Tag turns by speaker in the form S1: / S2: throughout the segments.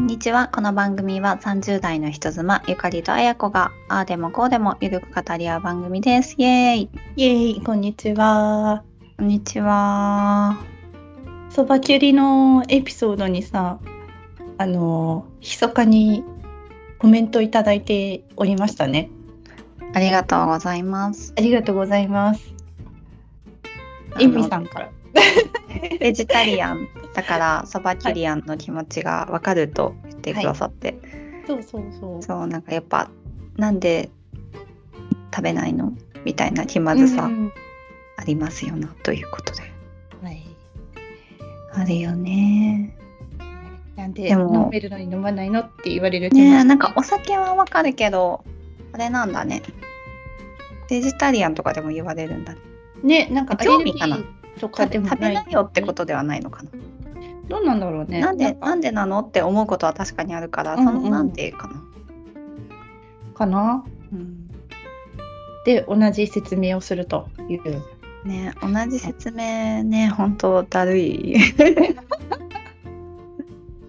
S1: にちは。この番組は30代の人妻、ゆかりとあやこが、ああでもこうでもゆるく語り合う番組です。イエーイ
S2: イエーイ、こんにちは。
S1: こんにちは。
S2: そばきゅりのエピソードにさ、あの、密かにコメントいただいておりましたね。
S1: ありがとうございます。
S2: ありがとうございます。エミさ
S1: あの。
S2: んから。
S1: ベジタリアンだから、そばキュリアンの気持ちがわかると言ってくださって、
S2: そうそうそう。
S1: そう、なんかやっぱ、なんで食べないのみたいな気まずさ
S2: うん
S1: ありますよな、ということで。
S2: はい。
S1: あるよね。
S2: なんで
S1: でも
S2: 飲めるのに飲まないのって言われる
S1: ねえ
S2: え、
S1: なんかお酒はわかるけどあれなんだねベジタリアンとかでも言われるんだね
S2: ね、なんか
S1: 興味かな
S2: アレルギーとか
S1: 食
S2: で
S1: べ
S2: もない。
S1: ないよってことではないのかな、
S2: どうなんだろうね。
S1: なんで
S2: か
S1: なんでなのって思うことは確かにあるから
S2: う
S1: そ
S2: んうん
S1: のなんでかな、
S2: かな
S1: うん
S2: で、同じ説明をするという。
S1: ねえ同じ説明ね本当だる い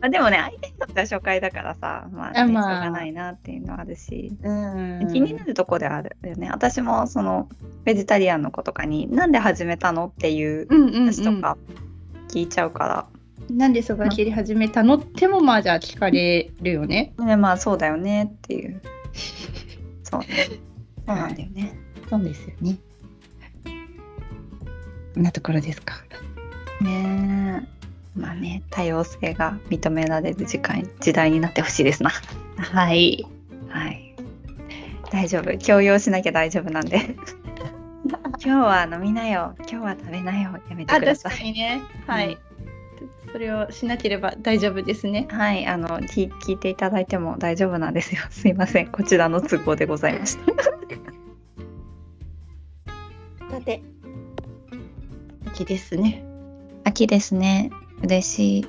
S1: あでもね相手にとっては初回だからさまあ、
S2: あ
S1: ね
S2: まあ
S1: しょうがないなっていうのはあるし
S2: うん
S1: 気になるとこではあるよね私もそのベジタリアンの子とかになんで始めたのっていう
S2: うんうん、うん。
S1: 話とか聞いちゃうから、
S2: なんでそば切り始めたのってもまあじゃあ聞かれるよね。
S1: ねまあそうだよねっていう そうねそうなんだよね、
S2: そうですよね。こんなところですか。
S1: ねえまあね多様性が認められる時間時代になってほしいですな
S2: はい。
S1: はい大丈夫強要しなきゃ大丈夫なん で今日は飲みなよ今日は食べなよやめて
S2: あ
S1: くだ
S2: 確
S1: さ
S2: か
S1: い
S2: にね。はい。それをしなければ大丈夫ですね。
S1: はいあの聞聞いていただいても大丈夫なんですよすいませんこちらの都合でございました
S2: さて。秋ですね。
S1: 秋ですね嬉しい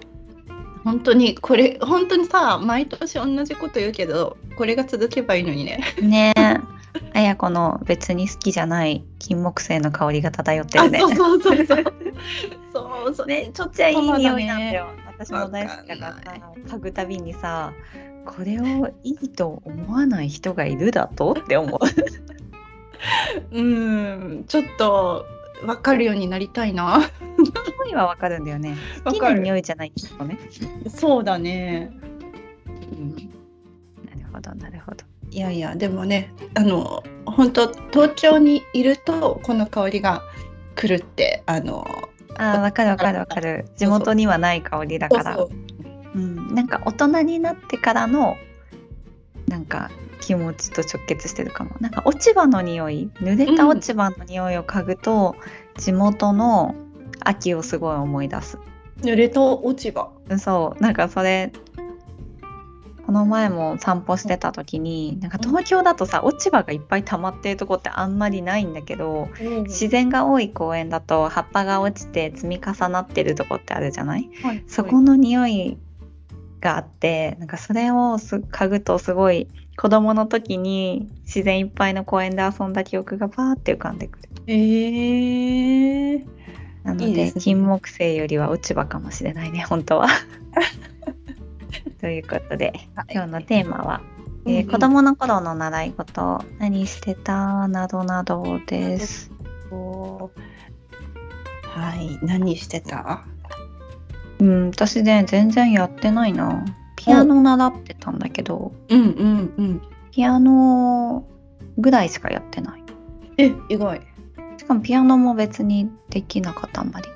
S2: 本当にこれ本当にさ毎年同じこと言うけどこれが続けばいいのにね。
S1: ねえ、あやこの別に好きじゃない金木犀の香りが漂ってるね。
S2: あそうそうそ うそう。そうそう
S1: ね、ちょっちゃいい
S2: そうだね
S1: 匂いなんだよ。私も大好きだ
S2: わ
S1: か、
S2: から
S1: 嗅ぐたびにさ、これをいいと思わない人がいるだとって 思う。
S2: うんちょっとわかるようになりたいな。
S1: 匂いはわかるんだよね。好
S2: わ
S1: き
S2: か
S1: な
S2: る
S1: 匂いじゃないってことね。
S2: そうだね。
S1: なるほど、なるほど。
S2: いやいやでもねあの本当東京にいるとこの香りが来るってあの
S1: ああ、わかるわかるわかる。地元にはない香りだ
S2: そう
S1: から。
S2: そう
S1: うん、なんか大人になってからのなんか気持ちと直結してるかもなんか落ち葉の匂い濡れた落ち葉の匂いを嗅ぐと、地元の秋をすごい思い出す
S2: 濡れた落ち葉。
S1: そうなんかそれこの前も散歩してた時になんか東京だとさ落ち葉がいっぱい溜まってるとこってあんまりないんだけど自然が多い公園だと葉っぱが落ちて積み重なってるとこってあるじゃない
S2: はい
S1: そこの匂いがあってなんかそれをす嗅ぐとすごい子供の時に自然いっぱいの公園で遊んだ記憶がバーって浮かんでくる
S2: えー、
S1: なので
S2: いいですね
S1: 金木犀よりは落ち葉かもしれないね本当は。 ということで今日のテーマは、えー
S2: うんうん
S1: 子供の頃の習い事何してたなどなどです。
S2: こうはい何してた
S1: うん私ね全然やってないなピアノ習ってたんだけど
S2: うんうんうん
S1: ピアノぐらいしかやってない。
S2: え意外
S1: しかもピアノも別にできなかったあんまり。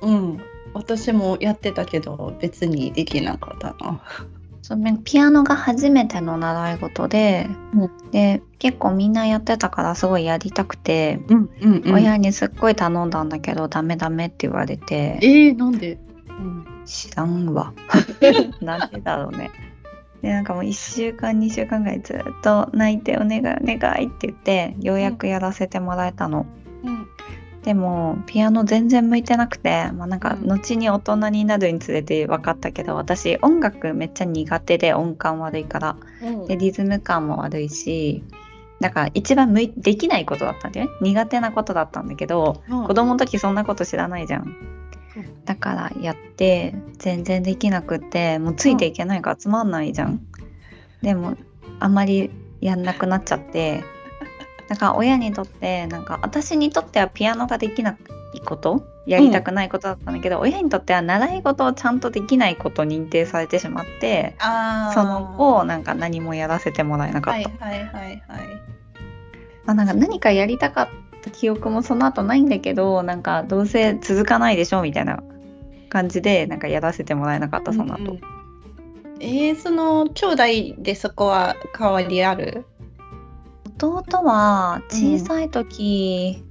S2: うん私もやってたけど別にできなかったな
S1: そうねピアノが初めての習い事で、
S2: う
S1: で結構みんなやってたからすごいやりたくて、
S2: うんうん、うん、
S1: 親にすっごい頼んだんだけどダメダメって言われて
S2: えー、なんで、 うん、
S1: 知らんわなんでだろうね。でなんかもう1週間2週間ぐらいずっと泣いて「お願いお願い」って言ってようやくやらせてもらえたの。
S2: うん
S1: でもピアノ全然向いてなくて、まあ、なんか
S2: うん
S1: 後に大人になるにつれて分かったけど私音楽めっちゃ苦手で音感悪いから
S2: うん
S1: でリズム感も悪いしだから一番向いできないことだったんだよね苦手なことだったんだけど
S2: うん
S1: 子供の時そんなこと知らないじゃん。だからやって全然できなくてもうついていけないからつまんないじゃん。でもあんまりやんなくなっちゃってだから親にとってなんか私にとってはピアノができないことやりたくないことだったんだけど、親にとっては習い事をちゃんとできないこと認定されてしまって
S2: あー
S1: その後なんか何もやらせてもらえなかった。
S2: はいはいはいはい。
S1: まあ、なんか何かやりたかった記憶もその後ないんだけどなんかどうせ続かないでしょみたいな感じでなんかやらせてもらえなかったその後、
S2: うんうんえー、その兄弟でそこは変わりある
S1: 弟は小さい時、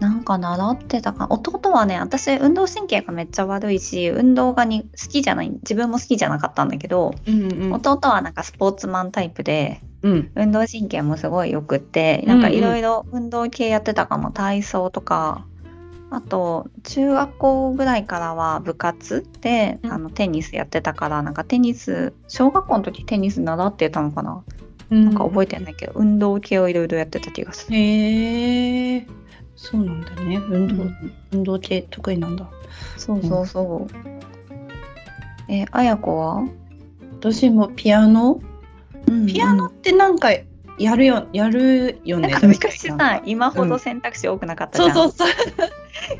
S1: なんか習ってたか弟はね私運動神経がめっちゃ悪いし運動がに好きじゃない自分も好きじゃなかったんだけど、
S2: うんう
S1: 弟はなんかスポーツマンタイプで
S2: うん
S1: 運動神経もすごいよくって
S2: うんう
S1: なんんかいろいろ運動系やってたかも、体操とかあと中学校ぐらいからは部活で、
S2: うん
S1: あのテニスやってたからなんかテニス小学校の時テニス習ってたのかな、
S2: な
S1: なんか覚えてないけど運動系をいろいろやってた気がする。
S2: へえー、そうなんだね運動、
S1: うん
S2: 運動系得意なんだ
S1: そうそうそう。え、あやこは、
S2: 私もピアノピアノってなんかやるよやるよ
S1: な
S2: ね
S1: んか
S2: 大体
S1: 昔さ今ほど選択肢多くなかったじゃ
S2: そ
S1: ん、
S2: うそうそう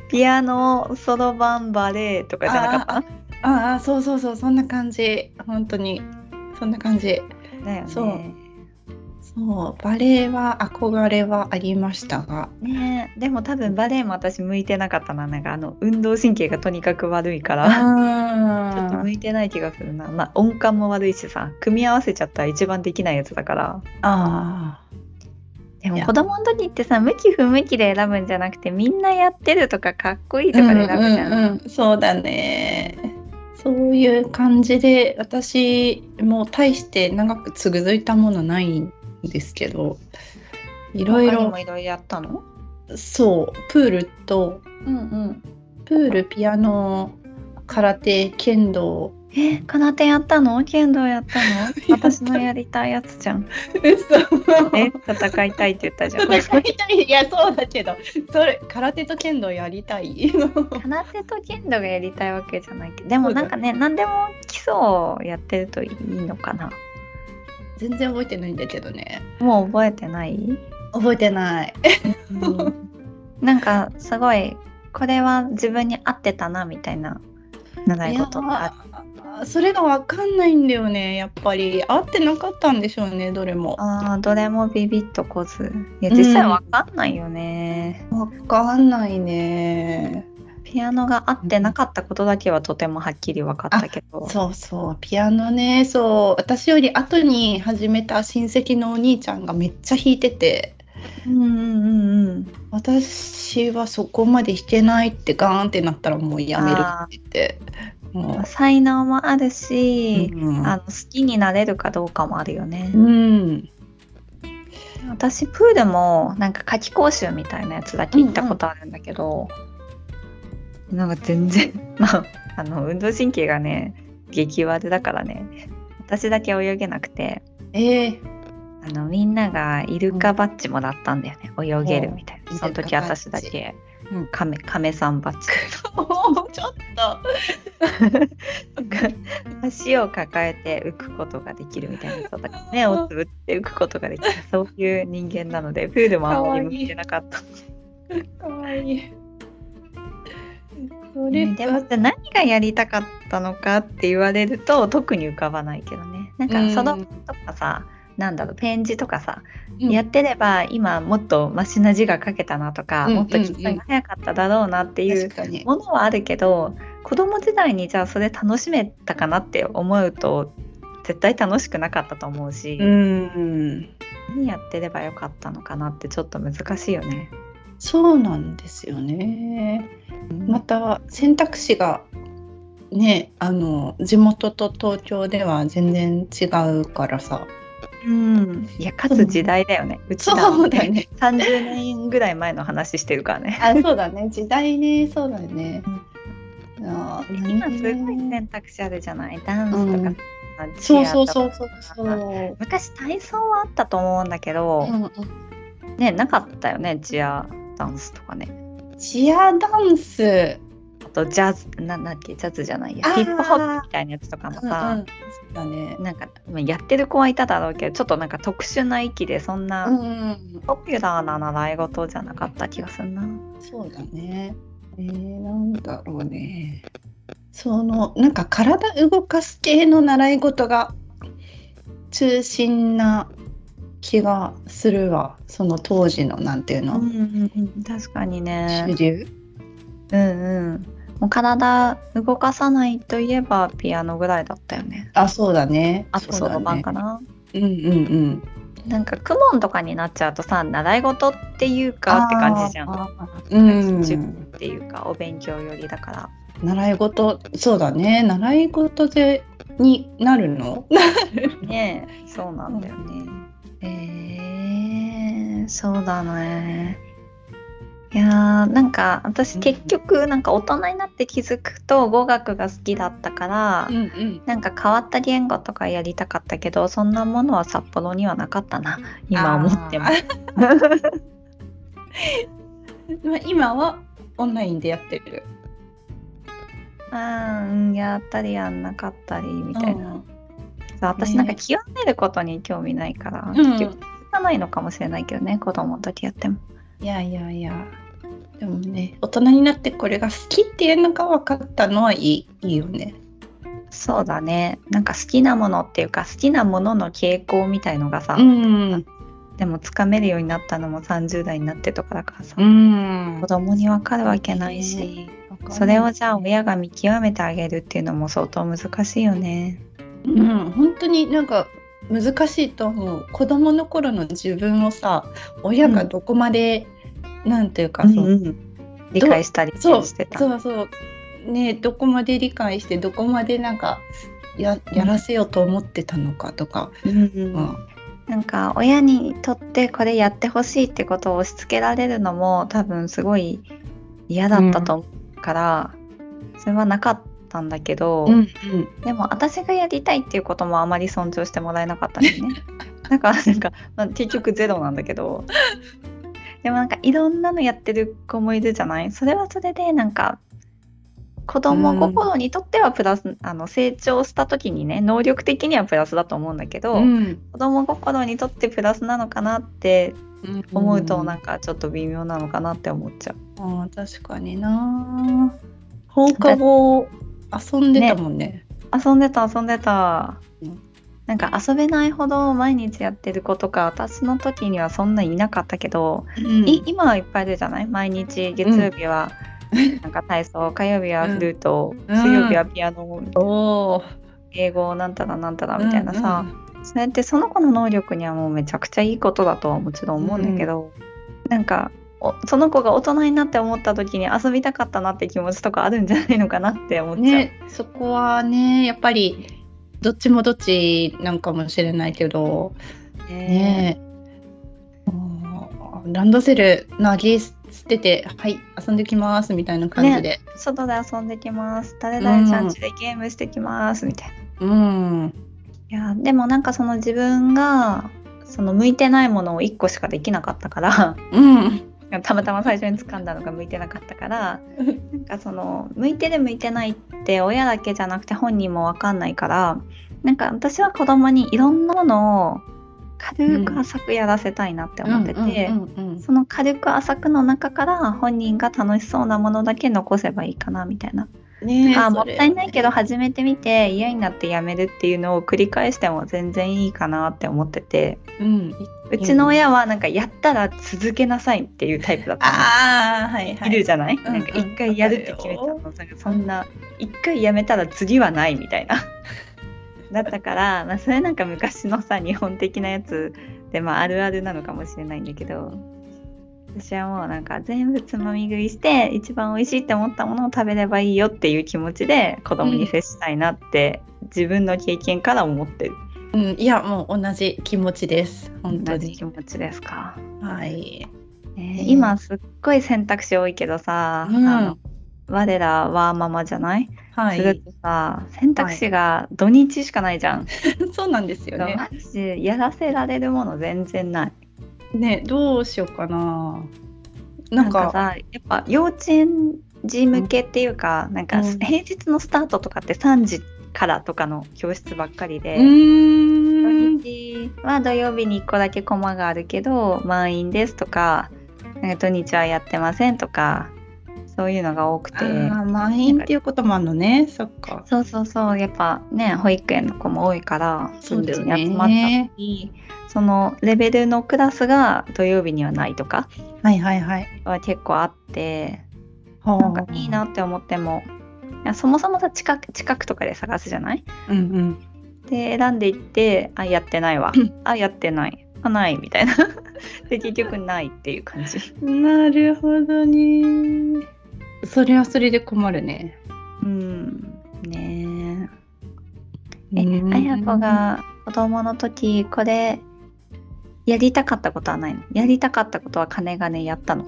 S1: ピアノソロバンバレエとかじゃなかった
S2: ああそうそうそうそんな感じ本当にそんな感じ
S1: だよね
S2: そうそうバレエは憧れはありましたが
S1: ねえでも多分バレエも私向いてなかったななんかあの運動神経がとにかく悪いからちょっと
S2: あ
S1: 向いてない気がするな、まあ、音感も悪いしさ組み合わせちゃったら一番できないやつだから
S2: あ
S1: で
S2: い
S1: も
S2: や
S1: 子供の時ってさ向き不向きで選ぶんじゃなくてみんなやってるとかかっこいいとかで選ぶじゃん,、
S2: うんうんうん、そうだねそういう感じで私もう大して長く続いたものないんですけどいろい
S1: 他に
S2: ろ
S1: もいろいろやったの
S2: そうプールと
S1: うんうん
S2: プールピアノ空手剣道
S1: え空手やったの剣道 やったの
S2: た
S1: 私のやりたいやつじゃん
S2: 嘘
S1: え戦いたいって言ったじゃん
S2: 戦いたいいやそうだけどそれ空手と剣道やりたい
S1: 空手と剣道がやりたいわけじゃないけどでも
S2: そうだ
S1: なんかね何でも基礎をやってるといいのかな
S2: 全然覚えてないんだけどね
S1: もう覚えてない、
S2: 覚えてない
S1: なんかすごいこれは自分に合ってたなみたいな習い事ってある
S2: あそれがわかんないんだよねやっぱり合ってなかったんでしょうねどれも
S1: あーどれもビビッとこずいや実際わかんないよね、
S2: わかんないね
S1: ピアノが合ってなかったことだけはとてもはっきり分かったけど
S2: そうそうピアノねそう私より後に始めた親戚のお兄ちゃんがめっちゃ弾いてて
S1: うんうんうんうん
S2: 私はそこまで弾けないってガーンってなったらもうやめるって言ってもう
S1: 才能もあるし、
S2: うん
S1: あの好きになれるかどうかもあるよね、
S2: うん
S1: 私プールもなんか夏期講習みたいなやつだけ行ったことあるんだけど、なんか全然 まああの運動神経がね激悪だからね私だけ泳げなくて
S2: えー
S1: あのみんながイルカバッジもらったんだよね、泳げるみたい
S2: うん
S1: なその
S2: イル
S1: 時
S2: カバッジ
S1: 私だけ
S2: うん
S1: カメカメさんバッジ
S2: もうちょっと
S1: 足を抱えて浮くことができるみたいなやつだったから目をつぶって浮くことができるそういう人間なのでプールもあんまり向いてなかった
S2: かわいいそれ
S1: ねでもじゃあ何がやりたかったのかって言われると特に浮かばないけどねなん
S2: う
S1: か
S2: ん
S1: そのとかさ、なんだろうペン字とかさ、
S2: うん
S1: やってれば今もっとマシな字が書けたなとか、
S2: うん
S1: もっときっと早かっただろうなっていう
S2: 確かに
S1: ものはあるけど子供時代にじゃあそれ楽しめたかなって思うと絶対楽しくなかったと思うし、
S2: うん
S1: 何やってればよかったのかなってちょっと難しいよね。
S2: そうなんですよねまた選択肢がねあの地元と東京では全然違うからさ
S1: うん、いやかつ時代だよね、うちら
S2: そ
S1: は
S2: うだね
S1: 30年ぐらい前の話してるからね。
S2: あそうだね時代ねそうだねあ
S1: 今すごい選択肢あるじゃないダンスとか、あチ
S2: そう
S1: ア
S2: そ
S1: と
S2: う
S1: か
S2: そうそうそう
S1: 昔体操はあったと思うんだけど、
S2: うんうん
S1: ねなかったよねチアダンスとかね
S2: チアダンス
S1: とジャズななんだっけジャズじゃないや
S2: あー
S1: ヒップホップみたいなやつとかも
S2: うんう
S1: さ
S2: ん、そうだね。
S1: なんかまあやってる子はいただろうけどちょっとなんか特殊な域でそん
S2: う
S1: なん
S2: うん、
S1: ポピュラーな習い事じゃなかった気がするな。
S2: そうだね。えー、なんだろうね。そのなんか体動かす系の習い事が中心な気がするわ。その当時のなんていうの、
S1: 確かに
S2: 主
S1: ね。
S2: 流。
S1: うんうん。もう体動かさないといえばピアノぐらいだったよね。
S2: あ、そうだね。
S1: あと
S2: そ
S1: そう
S2: だ
S1: ろばん
S2: ね
S1: か。な。
S2: うんうんうん。
S1: なんか公文とかになっちゃうとさ習い事っていうかって感じじゃん。
S2: あ
S1: っ
S2: ー。うん
S1: 自分ていうかお勉強よりだから。
S2: 習い事そうだね習い事でになるの
S1: ねえそうなんだよね。えー、そうだね。いやーなんか私結局なんか大人になって気づくと語学が好きだったから、
S2: んうん
S1: なんか変わった言語とかやりたかったけどそんなものは札幌にはなかったな今思っても
S2: あ。まあ 今はオンラインでやってる
S1: うんやったりやんなかったりみたいな。そう私
S2: ね
S1: なんか極めることに興味ないから、
S2: うん
S1: 結局続かないのかもしれないけどね子供の時やっても。
S2: いやいやいやでもね大人になってこれが好きっていうのが分かったのはいいいいよね
S1: そうだねなんか好きなものっていうか好きなものの傾向みたいのがさ、
S2: ん
S1: でもつかめるようになったのも30代になってとかだからさ、
S2: うん
S1: 子供にわかるわけないし、それをじゃあ親が見極めてあげるっていうのも相当難しいよね。
S2: うん本当になんか難しいと思う子供の頃の自分をさ親がどこまで、なんていうか、その
S1: 理解したり
S2: そう
S1: してた。
S2: そうそうねどこまで理解してどこまでなんかややらせようと思ってたのかとか、
S1: うんう
S2: うん
S1: んなんか親にとってこれやってほしいってことを押し付けられるのも多分すごい嫌だったと思うから、それはなかったんだけど、
S2: うん
S1: でも私がやりたいっていうこともあまり尊重してもらえなかったんで ねなんかなんか、まあ、結局ゼロなんだけどでもなんかいろんなのやってる子もいるじゃないそれはそれでなんか子供心にとってはプラス、あの成長した時にね能力的にはプラスだと思うんだけど、
S2: うん
S1: 子供心にとってプラスなのかなって思うとなん
S2: か
S1: かちょっと微妙なのかなって思っちゃう。
S2: あー確かにな放課後遊んでたもんね
S1: 遊んでた遊んでた
S2: うん。
S1: なんか遊べないほど毎日やってる子とか私の時にはそんないなかったけど、
S2: うん
S1: い今はいっぱいいるじゃない毎日月曜日はなんか体操、火曜日はフルート、
S2: うん
S1: 水曜日はピアノ、
S2: おー
S1: 英語なんたらなんたらみたいなさ、それってその子の能力にはもうめちゃくちゃいいことだとはもちろん思うんだけど、なんかおその子が大人になって思った時に遊びたかったなって気持ちとかあるんじゃないのかなって思っ
S2: う
S1: ち
S2: ん
S1: ゃう。
S2: ねそこはねやっぱりどっちもどっちなんかもしれないけどねえ、あーランドセル投げ捨てて「はい遊んできます」みたいな感じで、
S1: 外で遊んできます誰々ちゃん家でゲームしてきますみたいな。
S2: うん
S1: いやでもなんかその自分がその向いてないものを1個しかできなかったから
S2: うん
S1: たまたま最初に掴んだのが向いてなかった からなんかその向いてる向いてないって親だけじゃなくて本人も分かんないからなんか私は子供にいろんなものを軽く浅くやらせたいなって思ってて、
S2: うんうんうん
S1: その軽く浅くの中から本人が楽しそうなものだけ残せばいいかなみたいな。
S2: うんねえ
S1: あも
S2: そ
S1: っ
S2: れ
S1: たいないけど始めてみて嫌になってやめるっていうのを繰り返しても全然いいかなって思ってて
S2: うん
S1: うちの親はなんかやったら続けなさいっていうタイプだったの。
S2: ああはいはい
S1: いるじゃない、
S2: うん
S1: なんか一回やるって決めちゃったの、なんかそんな一回やめたら次はないみた いなだったから、まあ、それなんか昔のさ日本的なやつで、まあ、あるあるなのかもしれないんだけど私はもうなんか全部つまみ食いして一番美味しいって思ったものを食べればいいよっていう気持ちで子供に接したいなって、自分の経験から思ってる
S2: うんいやもう同じ気持ちです本当
S1: 同じ
S2: に
S1: 気持ちですか。
S2: はい
S1: ね
S2: うん
S1: 今すっごい選択肢多いけどさ、
S2: うん
S1: あの我らはママじゃない
S2: は
S1: する
S2: い
S1: とさ選択肢が土日しかないじゃん、
S2: そうなんですよね
S1: マジやらせられるもの全然ない
S2: ねどうしようかななんか
S1: さやっぱ幼稚園時向けっていうか、なんか
S2: うん
S1: 平日のスタートとかって3時からとかの教室ばっかりで、
S2: う
S1: 土
S2: ーん
S1: 日は土曜日に1個だけコマがあるけど満員ですとかなんか土日はやってませんとかそういうのが多く
S2: あ
S1: て
S2: ー満員っていうこともあるのねそっか
S1: そうそうそうやっぱね保育園の子も多いからそっちに集まった
S2: ね
S1: りそのレベルのクラスが土曜日にはないとか
S2: はいはいはい
S1: は結構あって
S2: な
S1: なんかいいなって思ってもいやそもそもさ近く近くとかで探すじゃない
S2: うんうん
S1: で選んでいってあやってないわあやってないあないみたいな で結局ないっていう感 じ
S2: なるほどねそれはそれで困るね
S1: うんねええ
S2: うん
S1: あやこが子供の時これやりたかったことはないのやりたかったことは金がねやったの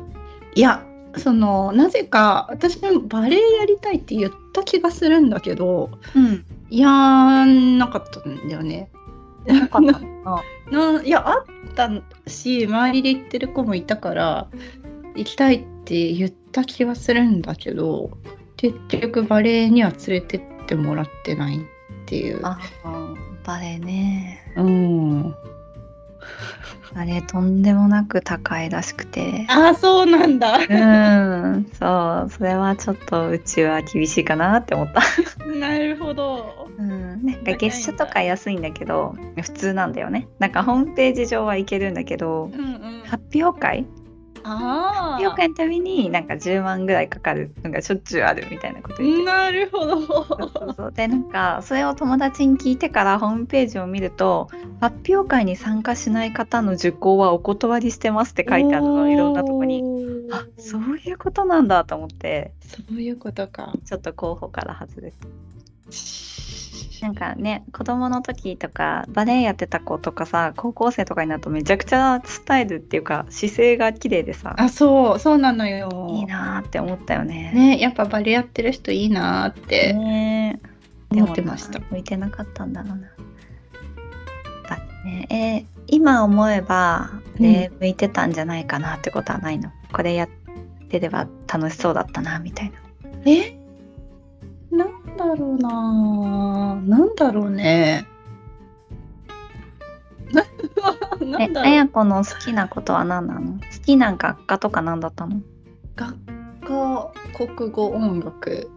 S2: いやそのなぜか私もバレエやりたいって言った気がするんだけど
S1: うん
S2: いやーなかったんだよね
S1: なかったのか
S2: ないやあったし周りで行ってる子もいたから行きたいって言った気はするんだけど結局バレエには連れてってもらってないっていう
S1: なあバレエね
S2: うん、
S1: バレエとんでもなく高いらしくて
S2: あそうなんだ
S1: うんそうそれはちょっとうちは厳しいかなって思った
S2: なるほど
S1: うん、なん
S2: 高い
S1: か
S2: んだ
S1: 月謝とか安いんだけど普通なんだよねなんかホームページ上はいけるんだけど
S2: うんうん
S1: 発表会
S2: あ
S1: 発表会のためになんか10万ぐらいかかるのがしょっちゅうあるみたいなこと言って
S2: なるほ
S1: そう
S2: ど
S1: そうそうでなんかそれを友達に聞いてからホームページを見ると発表会に参加しない方の受講はお断りしてますって書いてあるのいろんなとこに
S2: に
S1: あそういうことなんだと思って
S2: そういうことか。
S1: ちょっと候補から外れてなんかね子供の時とかバレエやってた子とかさ高校生とかになるとめちゃくちゃスタイルっていうか姿勢が綺麗でさ
S2: あ、そう、そうなのよ。
S1: いいなーって思ったよね。
S2: ね、やっぱバレエやってる人いいなーって
S1: ねえ
S2: 思ってまし
S1: で
S2: た。
S1: もな向いてなかったんだろうな。だってねえー今思えば、ね向いてたんじゃないかなってことはないのこれやってれば楽しそうだったなみたいな。
S2: え、なんだろうなー、なんだろう ね。ななん
S1: え
S2: だ
S1: あ
S2: ろう。
S1: やこの好きなことは何なの好きな学科とか何だったの
S2: 学科、国語、音楽、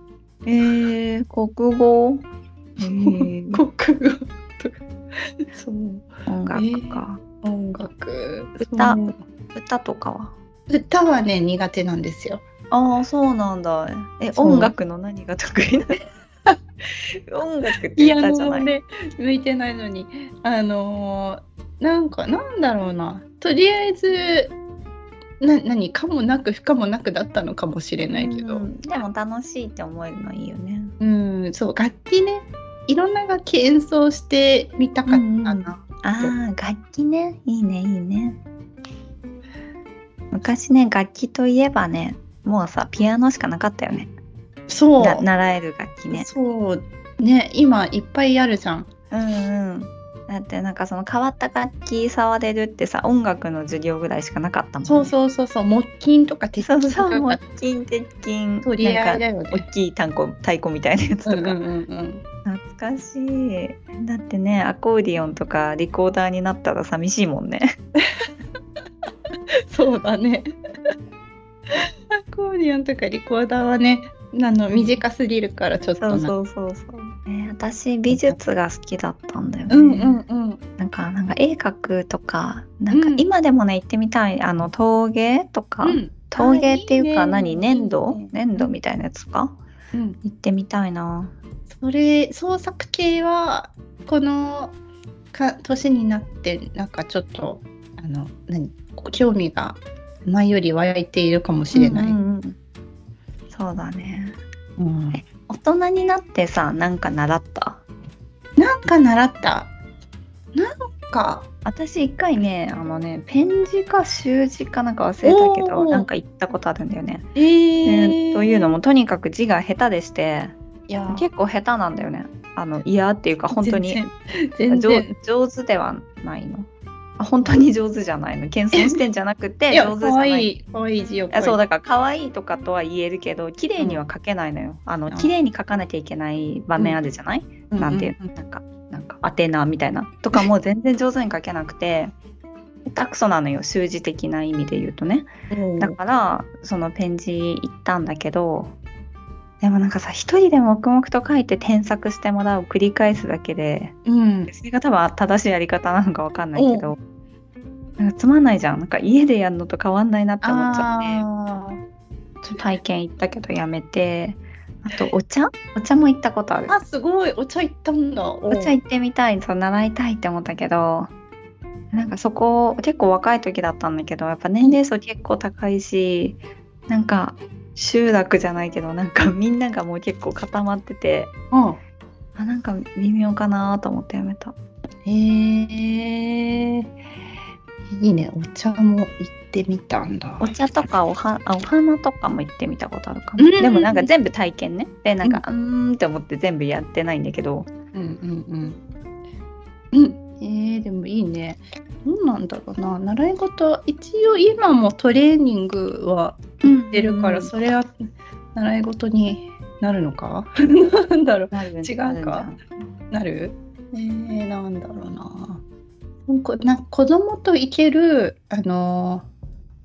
S1: えー、国語、
S2: 国語とか。そう、
S1: 音楽か、
S2: 音楽、
S1: 歌
S2: そう
S1: 歌とかは
S2: 歌はね、苦手なんですよ。
S1: ああそうなんだえ
S2: そう
S1: 音楽の何が得意な の音楽って
S2: い
S1: 言
S2: や
S1: ったじゃ
S2: も
S1: な
S2: う
S1: い
S2: ね向いてないのにあのーなんかなんだろうなとりあえずな何かもなく不可もなくだったのかもしれないけ
S1: う
S2: どうん
S1: んでも楽しいって思えるのいいよね
S2: そう楽器ねいろんな楽器演奏してみたかったな、
S1: うんうんああ楽器ねいいねいいね昔ね楽器といえばねもうさピアノしかなかったよね
S2: そう
S1: な習える楽器ね
S2: そうね今いっぱいあるじゃん
S1: うんうんだってなんかその変わった楽器触れるってさ音楽の授業ぐらいしかなかったもんね
S2: そうそうそうそう木琴とか鉄
S1: そう
S2: 琴と
S1: そう、
S2: か
S1: も
S2: が
S1: う金鉄金、
S2: 取り合い
S1: な
S2: だ
S1: んか
S2: よ
S1: 大
S2: ね。
S1: きい太鼓、太鼓みたいなやつとか、
S2: うんうんうん
S1: 懐かしい。だってね、アコーディオンとかリコーダーになったら寂しいもんね。
S2: そうだね。アコーディオンとかリコーダーはね、あの短すぎるからちょっと
S1: そ
S2: な
S1: うそうそうそう。ね、私美術が好きだったんだよね。
S2: うんうんうん。
S1: なんかなんか絵描くとか、なんか
S2: うん
S1: 今でもね行ってみたいあの陶芸とか、
S2: うん
S1: 陶芸っていう
S2: あ
S1: か
S2: いいね
S1: 何粘土
S2: いいね
S1: 粘土みたいなやつか
S2: うん、
S1: 行ってみたいな。
S2: それ創作系はこのか年になってなんかちょっとあの何興味が前より湧いているかもしれない。
S1: うんうんうんそうだね。
S2: うん
S1: 大人になってさなんか習った
S2: なんか習った。なんか
S1: 私一回ねあのねペン字か習字かなんか忘れたけど
S2: おー
S1: なんか行ったことあるんだよね。
S2: え
S1: え
S2: ー
S1: というのもとにかく字が下手でして
S2: いや
S1: 結構下手なんだよね。あの嫌っていうか本当に
S2: 全然全
S1: 上
S2: 然
S1: 上手ではないの。本当に上手じゃないの謙遜してんじゃなくて
S2: いや、
S1: 上手じゃ
S2: 可
S1: な
S2: 愛
S1: い
S2: い可愛い字を。
S1: いやそう
S2: だ。
S1: だから可愛いとかとは言えるけど綺麗には描けないのよ、あの
S2: あ
S1: 綺麗に描かなきゃいけない場面あるじゃない、なんていうのなんかなんかアテナみたいなとかも全然上手に描けなくて下手くそなのよ数字的な意味で言うとね
S2: うん。
S1: だからそのペン字行ったんだけどでもなんかさ一人で黙々と書いて添削してもらうを繰り返すだけで
S2: うん。
S1: それが多分正しいやり方なのかわかんないけどなんかつまんないじゃんなんか家でやるのと変わんないなって思っちゃって。
S2: ああ。
S1: 体験行ったけどやめてあとお茶お茶も行ったことある
S2: あ、すごい、お茶行ったんだ。お
S1: お茶行ってみたいそう習いたいって思ったけどなんかそこ結構若い時だったんだけどやっぱ年齢層結構高いしなんか集落じゃないけどなんかみんながもう結構固まってて
S2: うん。
S1: あなんか微妙かなと思ってやめた
S2: へえ。いいね、お茶も行ってみたんだ。
S1: お茶とかおはあお花とかも行ってみたことあるか
S2: う
S1: も
S2: んうんうん
S1: でもなんか全部体験ねでなんかうーんって思って全部やってないんだけど
S2: うんうんうん。うん。えー、でもいいね。どうなんだろうな。習い事、一応今もトレーニングは出るから、それは習い事になるのか なんだろう。
S1: なるん
S2: 違うか
S1: なるんじゃん
S2: なるえー、なんだろうな。なんかなんか子供と行ける、あのー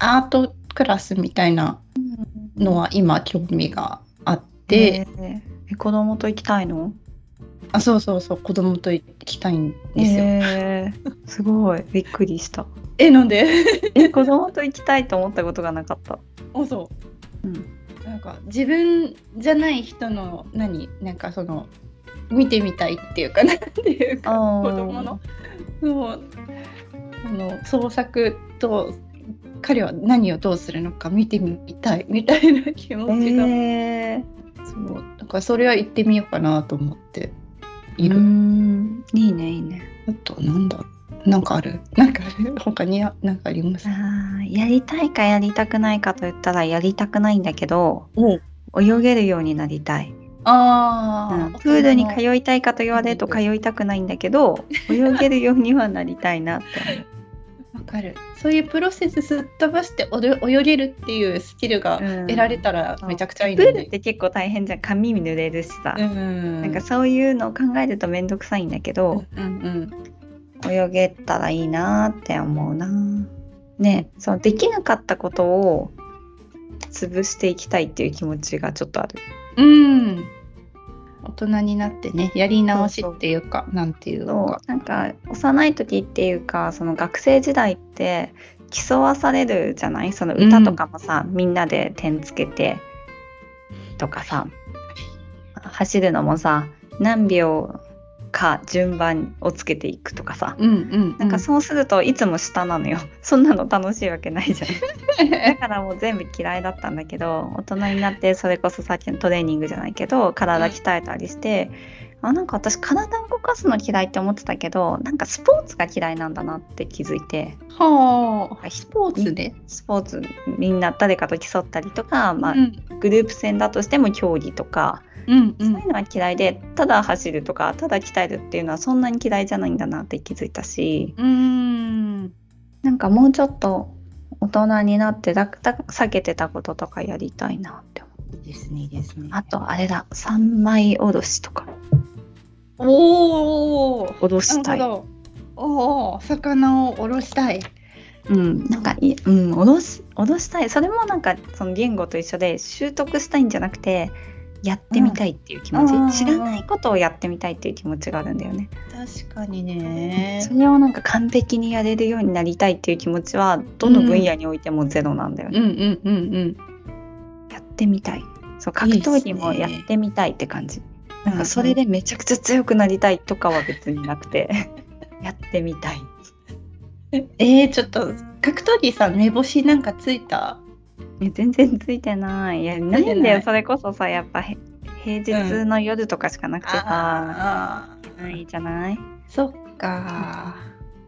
S2: アートクラスみたいなのは今興味があって。
S1: で、え子供と行きたいの
S2: あそうそうそう子供と行きたいんですよ。
S1: えーすごいびっくりした
S2: えなんで
S1: え子供と行きたいと思ったことがなかった
S2: あそう。
S1: うん
S2: なんか自分じゃない人の何なんかその見てみたいっていうかなんていうか
S1: あー
S2: 子供のそうあの創作と彼は何をどうするのか見てみたいみたいな気持ちが、
S1: えー
S2: そうだからそれは行ってみようかなと思っていう
S1: ー
S2: る。
S1: んいいねいいね
S2: あとなんだろうなんかあるなんかある他にあなんかあります
S1: あーやりたいかやりたくないかと言ったらやりたくないんだけど
S2: お
S1: 泳げるようになりたい、
S2: あ
S1: う
S2: ー、
S1: んプールに
S2: う
S1: 通いたいかと言われると通いたくないんだけど泳げるようにはなりたいなって思う
S2: わかるそういうプロセスすっ飛ばしておど泳げるっていうスキル が
S1: うん
S2: 得られたらめちゃくちゃいい
S1: プ
S2: の
S1: ールっ
S2: ね。
S1: て結構大変じゃん髪濡れるしさ、
S2: うん
S1: なんかそういうのを考えると面倒くさいんだけど、
S2: うん
S1: 泳げたらいいなって思うな。ねそのできなかったことを潰していきたいっていう気持ちがちょっとある。
S2: うん、うん、大人になってねやり直しっていうかなんていう
S1: そ
S2: か
S1: うなんか幼い時っていうかその学生時代って競わされるじゃないその歌とかもさ、みんなで点つけてとかさ走るのもさ何秒か順番をつけていくとかさ、
S2: うんうん
S1: なんか そうするといつも下なのよ。 そんなの楽しいわけないじ ゃん。だからもう全部嫌いだったんだけど、大人になってそれこそさっきのトレーニングじゃないけど、体鍛えたりして、あなんか私体を動かすの嫌いって思ってたけど、なんかスポーツが嫌いなんだなって気づいて、
S2: はあスポーツで、
S1: スポーツみんな誰かと競ったりとか、まあ
S2: う、ん
S1: グループ戦だとしても競技とか、
S2: うんう
S1: そうい
S2: ん
S1: うのは嫌いで、ただ走るとか、ただ鍛えるっていうのはそんなに嫌いじゃないんだなって気づいたし、
S2: うん
S1: なんかもうちょっと大人になってだだ避けてたこととかやりたいなって思う。
S2: いいですねいいですね
S1: あとあれだ、三枚おろしとか。
S2: おお
S1: おろ
S2: な
S1: した
S2: る
S1: い。
S2: ほどおお魚をおろしたい
S1: うん、なんかい、うん、おろし、おろしたい。それもなんかその言語と一緒で習得したいんじゃなくて、やってみたいっていう気持ち、
S2: うん
S1: 知らないことをやってみたいっていう気持ちがあるんだよね。
S2: 確かにね
S1: それをなんか完璧にやれるようになりたいっていう気持ちは、どの分野においてもゼロなんだよね。
S2: うんうんうんうん。
S1: やってみたいそう格闘技もやってみたいって感じなんかそれでめちゃくちゃ強くなりたいとかは別になくてやってみたい
S2: えー、ちょっと格闘技さん目星なんかついた。
S1: え全然ついてないいやない
S2: て
S1: んだ
S2: ない
S1: よそれこそさやっぱへ平日の夜とかしかなくてさ、
S2: ああ
S1: ないじゃない
S2: そっか。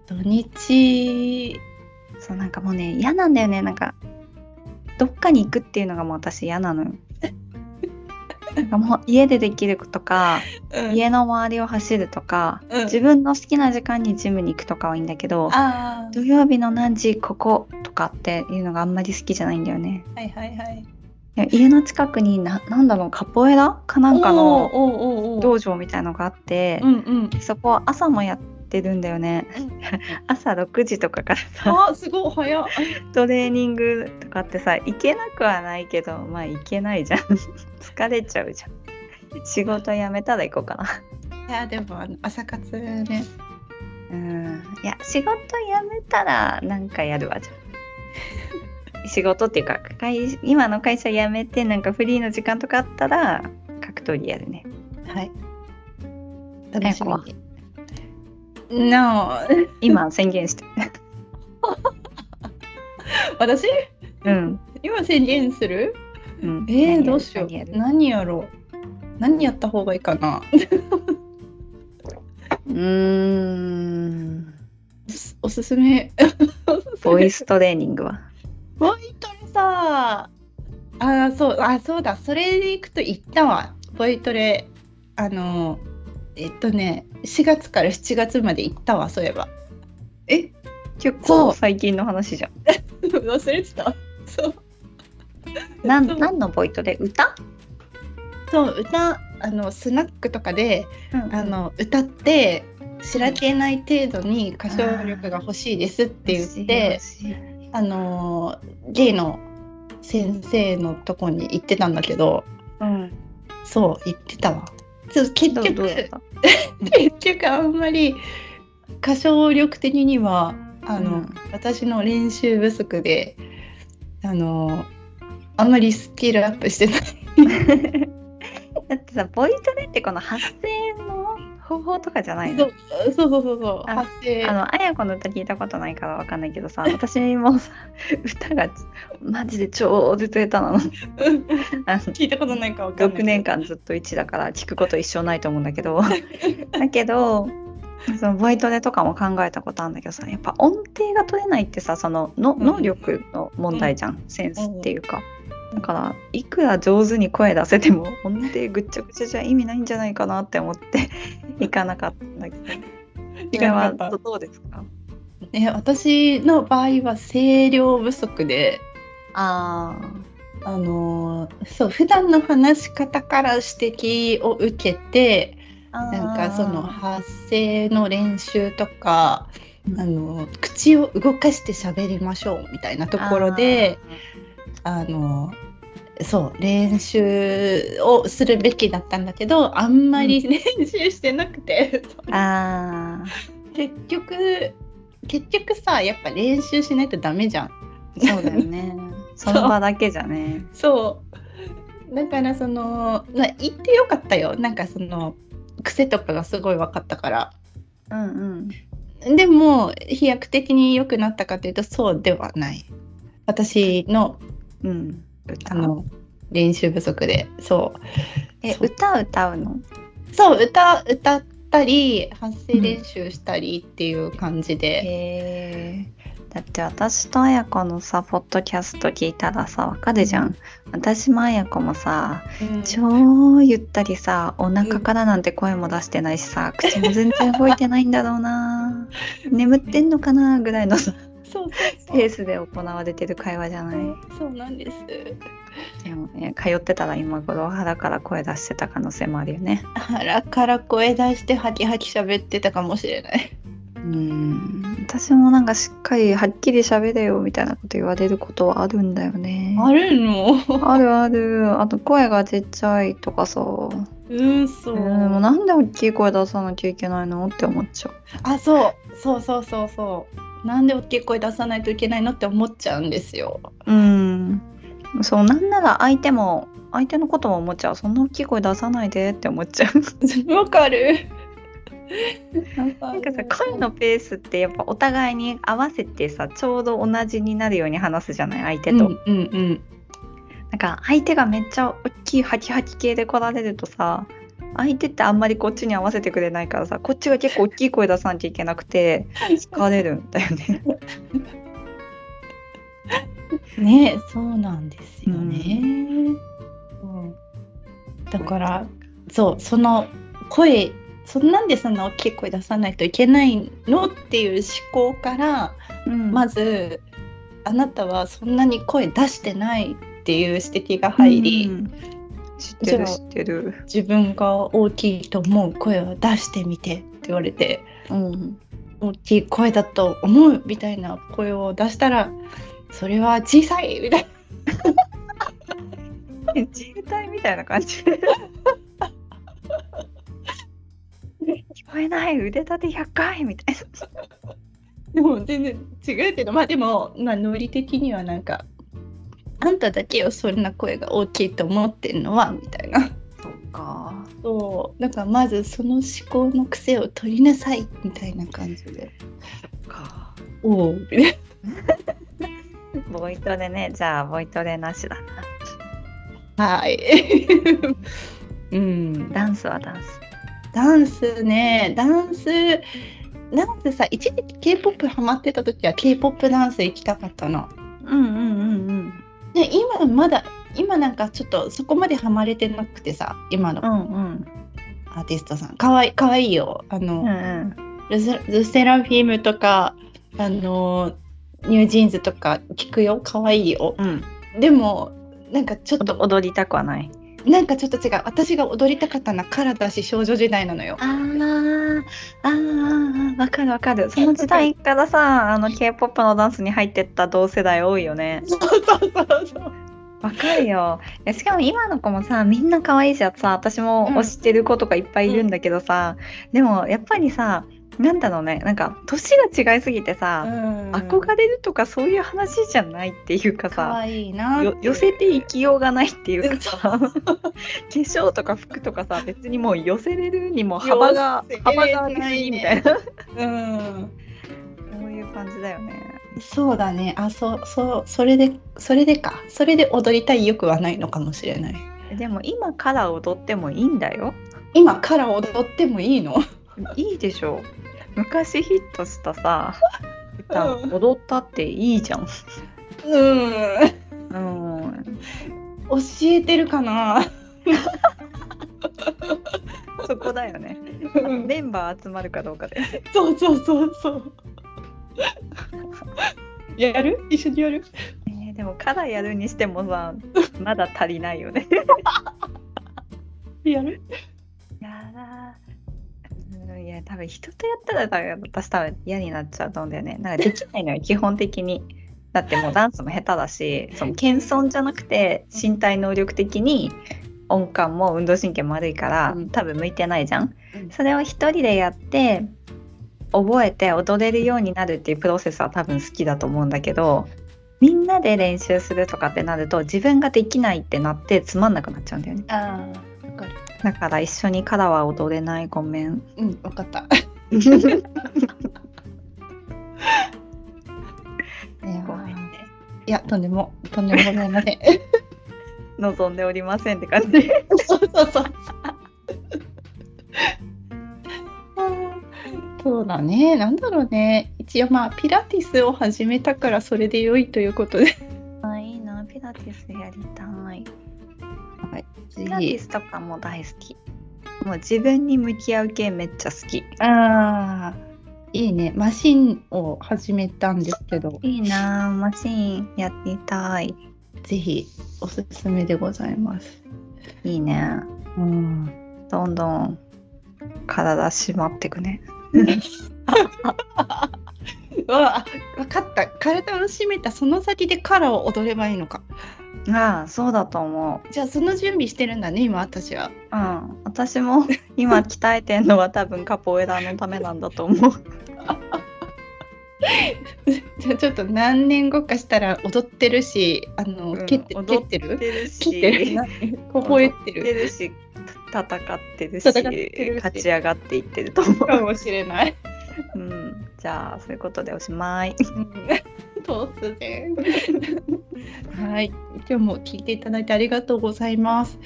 S2: 土日。
S1: そうなんかもうね嫌なんだよねなんかどっかに行くっていうのがもう私嫌なのよなんかもう家でできるとか、家の周りを走るとか、
S2: うん
S1: 自分の好きな時間にジムに行くとかはいいんだけど、
S2: あ
S1: 土曜日の何時こことかっていうのがあんまり好きじゃないんだよね。
S2: あはいはいはい
S1: いや家の近くにななんだろうカポエラかなんかの
S2: おーおーおーおー
S1: 道場みたいのがあって
S2: う、んうん
S1: そこ朝もやってるんだよね
S2: うん
S1: 朝6時とかからさ
S2: あーすごい早っ
S1: トレーニングとかってさ行けなくはないけどまあ行けないじゃん 疲れちゃうじゃん仕事辞めたら行こうかな。
S2: いやでもあの朝活ね
S1: うんいや仕事辞めたらなんかやるわじゃん 仕事っていうか会今の会社辞めてなんかフリーの時間とかあったら格闘技やるね
S2: はい楽
S1: 楽
S2: し
S1: し
S2: みに No
S1: 今宣言して
S2: 私
S1: うん
S2: 今宣言する
S1: うん何や
S2: え
S1: る
S2: ー、どうしよう
S1: 何やる
S2: 何やろう何やった方がいいかな
S1: うーん
S2: おすす めおすす
S1: ボ
S2: め
S1: イストレーニングは
S2: ボイトレさあーそうあそうだそれでいくと行ったわボイトレあのえっとね4月から7月まで行ったわそういえば
S1: え結
S2: そう
S1: 構最近の話じゃん
S2: 忘れてたそう
S1: な
S2: そうん
S1: 何のボイトレ歌、
S2: そう歌あのスナックとかであの歌って知らけない程度に歌唱力が欲しいですって言ってあのゲイの先生のとこに行ってたんだけど
S1: うん
S2: そう行ってたわちょっと結
S1: どうどうだっ
S2: 局
S1: た
S2: 結局あんまり歌唱力的にはあの、
S1: うん
S2: 私の練習不足であのあんまりスキルアップしてない
S1: だってさボイトレってこの発声の方法とかじゃない
S2: そ
S1: の
S2: うそうそうそうそう
S1: あ
S2: 発声
S1: あのあやこの歌聞いたことないからわかんないけどさ私もさ 歌がマジで超絶下手なの
S2: うん
S1: あの
S2: 聞いたことないかわかんない
S1: 6年間ずっと1だから聞くこと一生ないと思うんだけ どだけどそのボイトレとかも考えたことあるんだけどさやっぱ音程が取れないってさそのの
S2: うん
S1: 能力の問題じゃん、センスっていうか、だからいくら上手に声出せても音程ぐっちゃぐちゃじゃ意味ないんじゃないかなって思って 行かなかったんだけど
S2: い
S1: そ
S2: か
S1: れ
S2: なか
S1: は
S2: った
S1: どどうですか
S2: ね私の場合は声量不足で
S1: あ
S2: あのーそう普段の話し方から指摘を受けて
S1: あ
S2: なんかその発声の練習とかあのー口を動かして喋りましょうみたいなところであのーそう練習をするべきだったんだけどあんまり練習してなくて、
S1: あ
S2: 結局結局さやっぱ練習しないとダメじゃん。
S1: ーそうだよねその場だけじゃね
S2: そうだからその、まあ、行ってよかったよなんかその癖とかがすごい分かったから
S1: うんうん
S2: でも飛躍的に良くなったかというとそうではない私の
S1: うん、歌
S2: あの練習不足でそ
S1: え
S2: そう
S1: 歌歌うの
S2: うそう歌歌ったり発声練習したりっていう感じで、
S1: へえだって私とあやこのさポッドキャスト聞いたらさわかるじゃん私もあやこもさ
S2: うん
S1: 超ゆったりさお腹からなんて声も出してないしさ口も全然動いてないんだろうな眠ってんのかなぐらいのさ
S2: そうそう
S1: ペースで行われてる会話じゃない
S2: そうそうなんです
S1: でもね通ってたら今頃腹から声出してた可能性もあるよね
S2: 腹から声出してハキハキ喋ってたかもしれない
S1: うん私もなんかしっかりはっきり喋れよみたいなこと言われることはあるんだよね。
S2: あるの
S1: あるある。あと声がちっちゃいとかさ。
S2: うんそう
S1: うん、もうなんで大きい声出さなきゃいけないのって思っちゃう。
S2: あそうそうそうそうそうなんで大きい声出さないといけないのって思っちゃうんですよ
S1: うん。そう、なんなら相手も、相手のことも思っちゃう。そんな大きい声出さないでって思っちゃう。
S2: わかる
S1: なんかさ、声のペースってやっぱお互いに合わせてさ、ちょうど同じになるように話すじゃない相手と。
S2: うんうんうん
S1: なんか相手がめっちゃ大きいハキハキ系で来られるとさ相手ってあんまりこっちに合わせてくれないからさこっちが結構大きい声出さなきゃいけなくて疲れるんだよね。
S2: ねそうなんですよね、うんだからそうその声そんなんでそんな大きい声出さないといけないのっていう思考から
S1: うん
S2: まずあなたはそんなに声出してないっていう指摘が入り、
S1: うん知ってる
S2: じゃ
S1: 知
S2: あ
S1: ってる。
S2: 自分が大きいと思う声を出してみてって言われて
S1: うん。
S2: 大きい声だと思うみたいな声を出したらそれは小さいみたいな
S1: 自衛隊みたいな感じ。聞こえない腕立て100回みたい
S2: でも全然違うけどまあでも、まあ、ノリ的にはなんかあんただけよそんな声が大きいと思ってんのはみたいな。
S1: な。そうか。
S2: そうだからまずその思考の癖を取りなさいみたいな感じで。
S1: か。
S2: おお
S1: ボイトレね、じゃあボイトレなしだな。
S2: はい。うん、
S1: ダンスはダンス。
S2: ダンスねダンスダンスさ一時期 k p o p ハマってた時は k p o p ダンス行きたかったの。
S1: うんうんうんうん。
S2: で今まだ今なんかちょっとそこまでハマれてなくてさ今の
S1: うんうん。
S2: アーティストさんかわいかわいいよあの、
S1: うんうん。
S2: ルセルセラフィムとかあのニュージーンズとか聞くよかわいいよ
S1: うん。
S2: でもなんかちょっ
S1: ちょっと
S2: と
S1: 踊りたくはない。
S2: なんかちょっと違う私が踊りたかったのはカラだし少女時代なのよ
S1: あーあーわかるわかるその時代からさあの k p o p のダンスに入ってった同世代多いよね
S2: そうそうそうそう
S1: わかるよいやしかも今の子もさみんな可愛いじゃんさ私も推してる子とかいっぱいいるんだけどさ、でもやっぱりさなんだろうねなんか年が違いすぎてさ、
S2: 憧
S1: 憧れるとかそういう話じゃないっていうか
S2: か
S1: さ
S2: わいいな
S1: よ寄せていきようがないっていうかさ
S2: そ
S1: 化粧とか服とかさ別にもう寄せれるにも幅が
S2: 寄せれ
S1: 幅
S2: ないね
S1: が別にみたいな
S2: うん
S1: そういう感じだよね。
S2: そうだねあそうそうそれでそれでかそれで踊りたい欲はないのかもしれない
S1: でも今から踊ってもいいんだよ。
S2: 今カラ踊ってもいいの
S1: いいでしょう。昔ヒットしたさ、歌
S2: うん
S1: 踊ったっていいじゃん。
S2: うん
S1: うん、
S2: 教えてるかな
S1: そこだよね。あのメンバー集まるかどうかで。
S2: そうそうそうそう。やる一緒にやる
S1: えーでもからやるにしてもさ、まだ足りないよね。
S2: やる
S1: いやーうんいや多分人とやったら多分私多分嫌になっちゃうと思うんだよね。なんかできないの よ基本的に。だってもうダンスも下手だしその謙遜じゃなくて身体能力的に音感も運動神経も悪いから、
S2: うん
S1: 多分向いてないじゃん
S2: うん。
S1: それを一人でやって覚えて踊れるようになるっていうプロセスは多分好きだと思うんだけどみんなで練習するとかってなると自分ができないってなってつまんなくなっちゃうんだよね。
S2: ああ、わかる。
S1: だから一緒にカラは踊れないごめん。
S2: うん、わか った。いや
S1: ごめん
S2: ー
S1: ね。
S2: いや、とんでも、とんでもございません。
S1: 望んでおりませんって感じ。
S2: そうそうそう。 そうだね、なんだろうね。一応まあ、ピラティスを始めたからそれで良いということで。
S1: あいいな、ピラティスやりたい。ピ
S2: 次
S1: ラティスとかも大好き。もう自分に向き合う系めっちゃ好き。
S2: ああ、いいね。マシンを始めたんですけど、
S1: いいな、マシーンやりたい。
S2: ぜひおすすめでございます。
S1: いいね。
S2: うん。
S1: どんどん体締まってくね。
S2: わあ、わかった。体を締めたその先でカラーを踊ればいいのか。
S1: ああ、そうだと思う。
S2: じゃあその準備してるんだね、今私は。
S1: うん。私も今鍛えてんのは多分カポエラのためなんだと 思う。
S2: じゃあちょっと何年後かしたら踊ってるし、あの、
S1: うん
S2: 蹴って蹴
S1: 踊
S2: ってる
S1: てるし
S2: 蹴ってる。凍えて
S1: 踊っ
S2: る。
S1: るし戦ってるし
S2: 戦ってるし
S1: 勝ち上がっていってると思
S2: か
S1: う、
S2: もしれない。
S1: うん、じゃあそういうことでおしまい
S2: 突然。 はい、今日も聞いていただいてありがとうございます。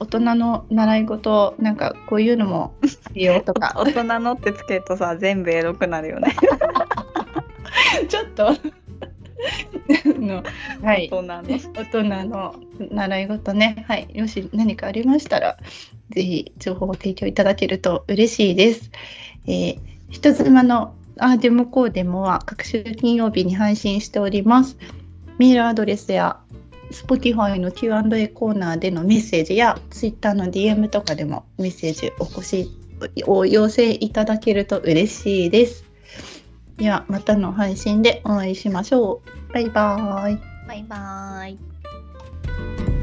S2: 大人の習い事、なんかこういうのもあるよとか、
S1: 大人のってつけ るとさ全部エロくなるよね
S2: ちょっとのはい
S1: 大人の。
S2: 大人の習い事ねはいもし何かありましたらぜひ情報を提供いただけると嬉しいです、えー人妻のアーデモコーデモは各週金曜日に配信しておりますメールアドレスや Spotify の Q&A コーナーでのメッセージや Twitter の DM とかでもメッセージお越しお要請いただけると嬉しいですではまたの配信でお会いしましょうバイバーイ
S1: バイバーイ。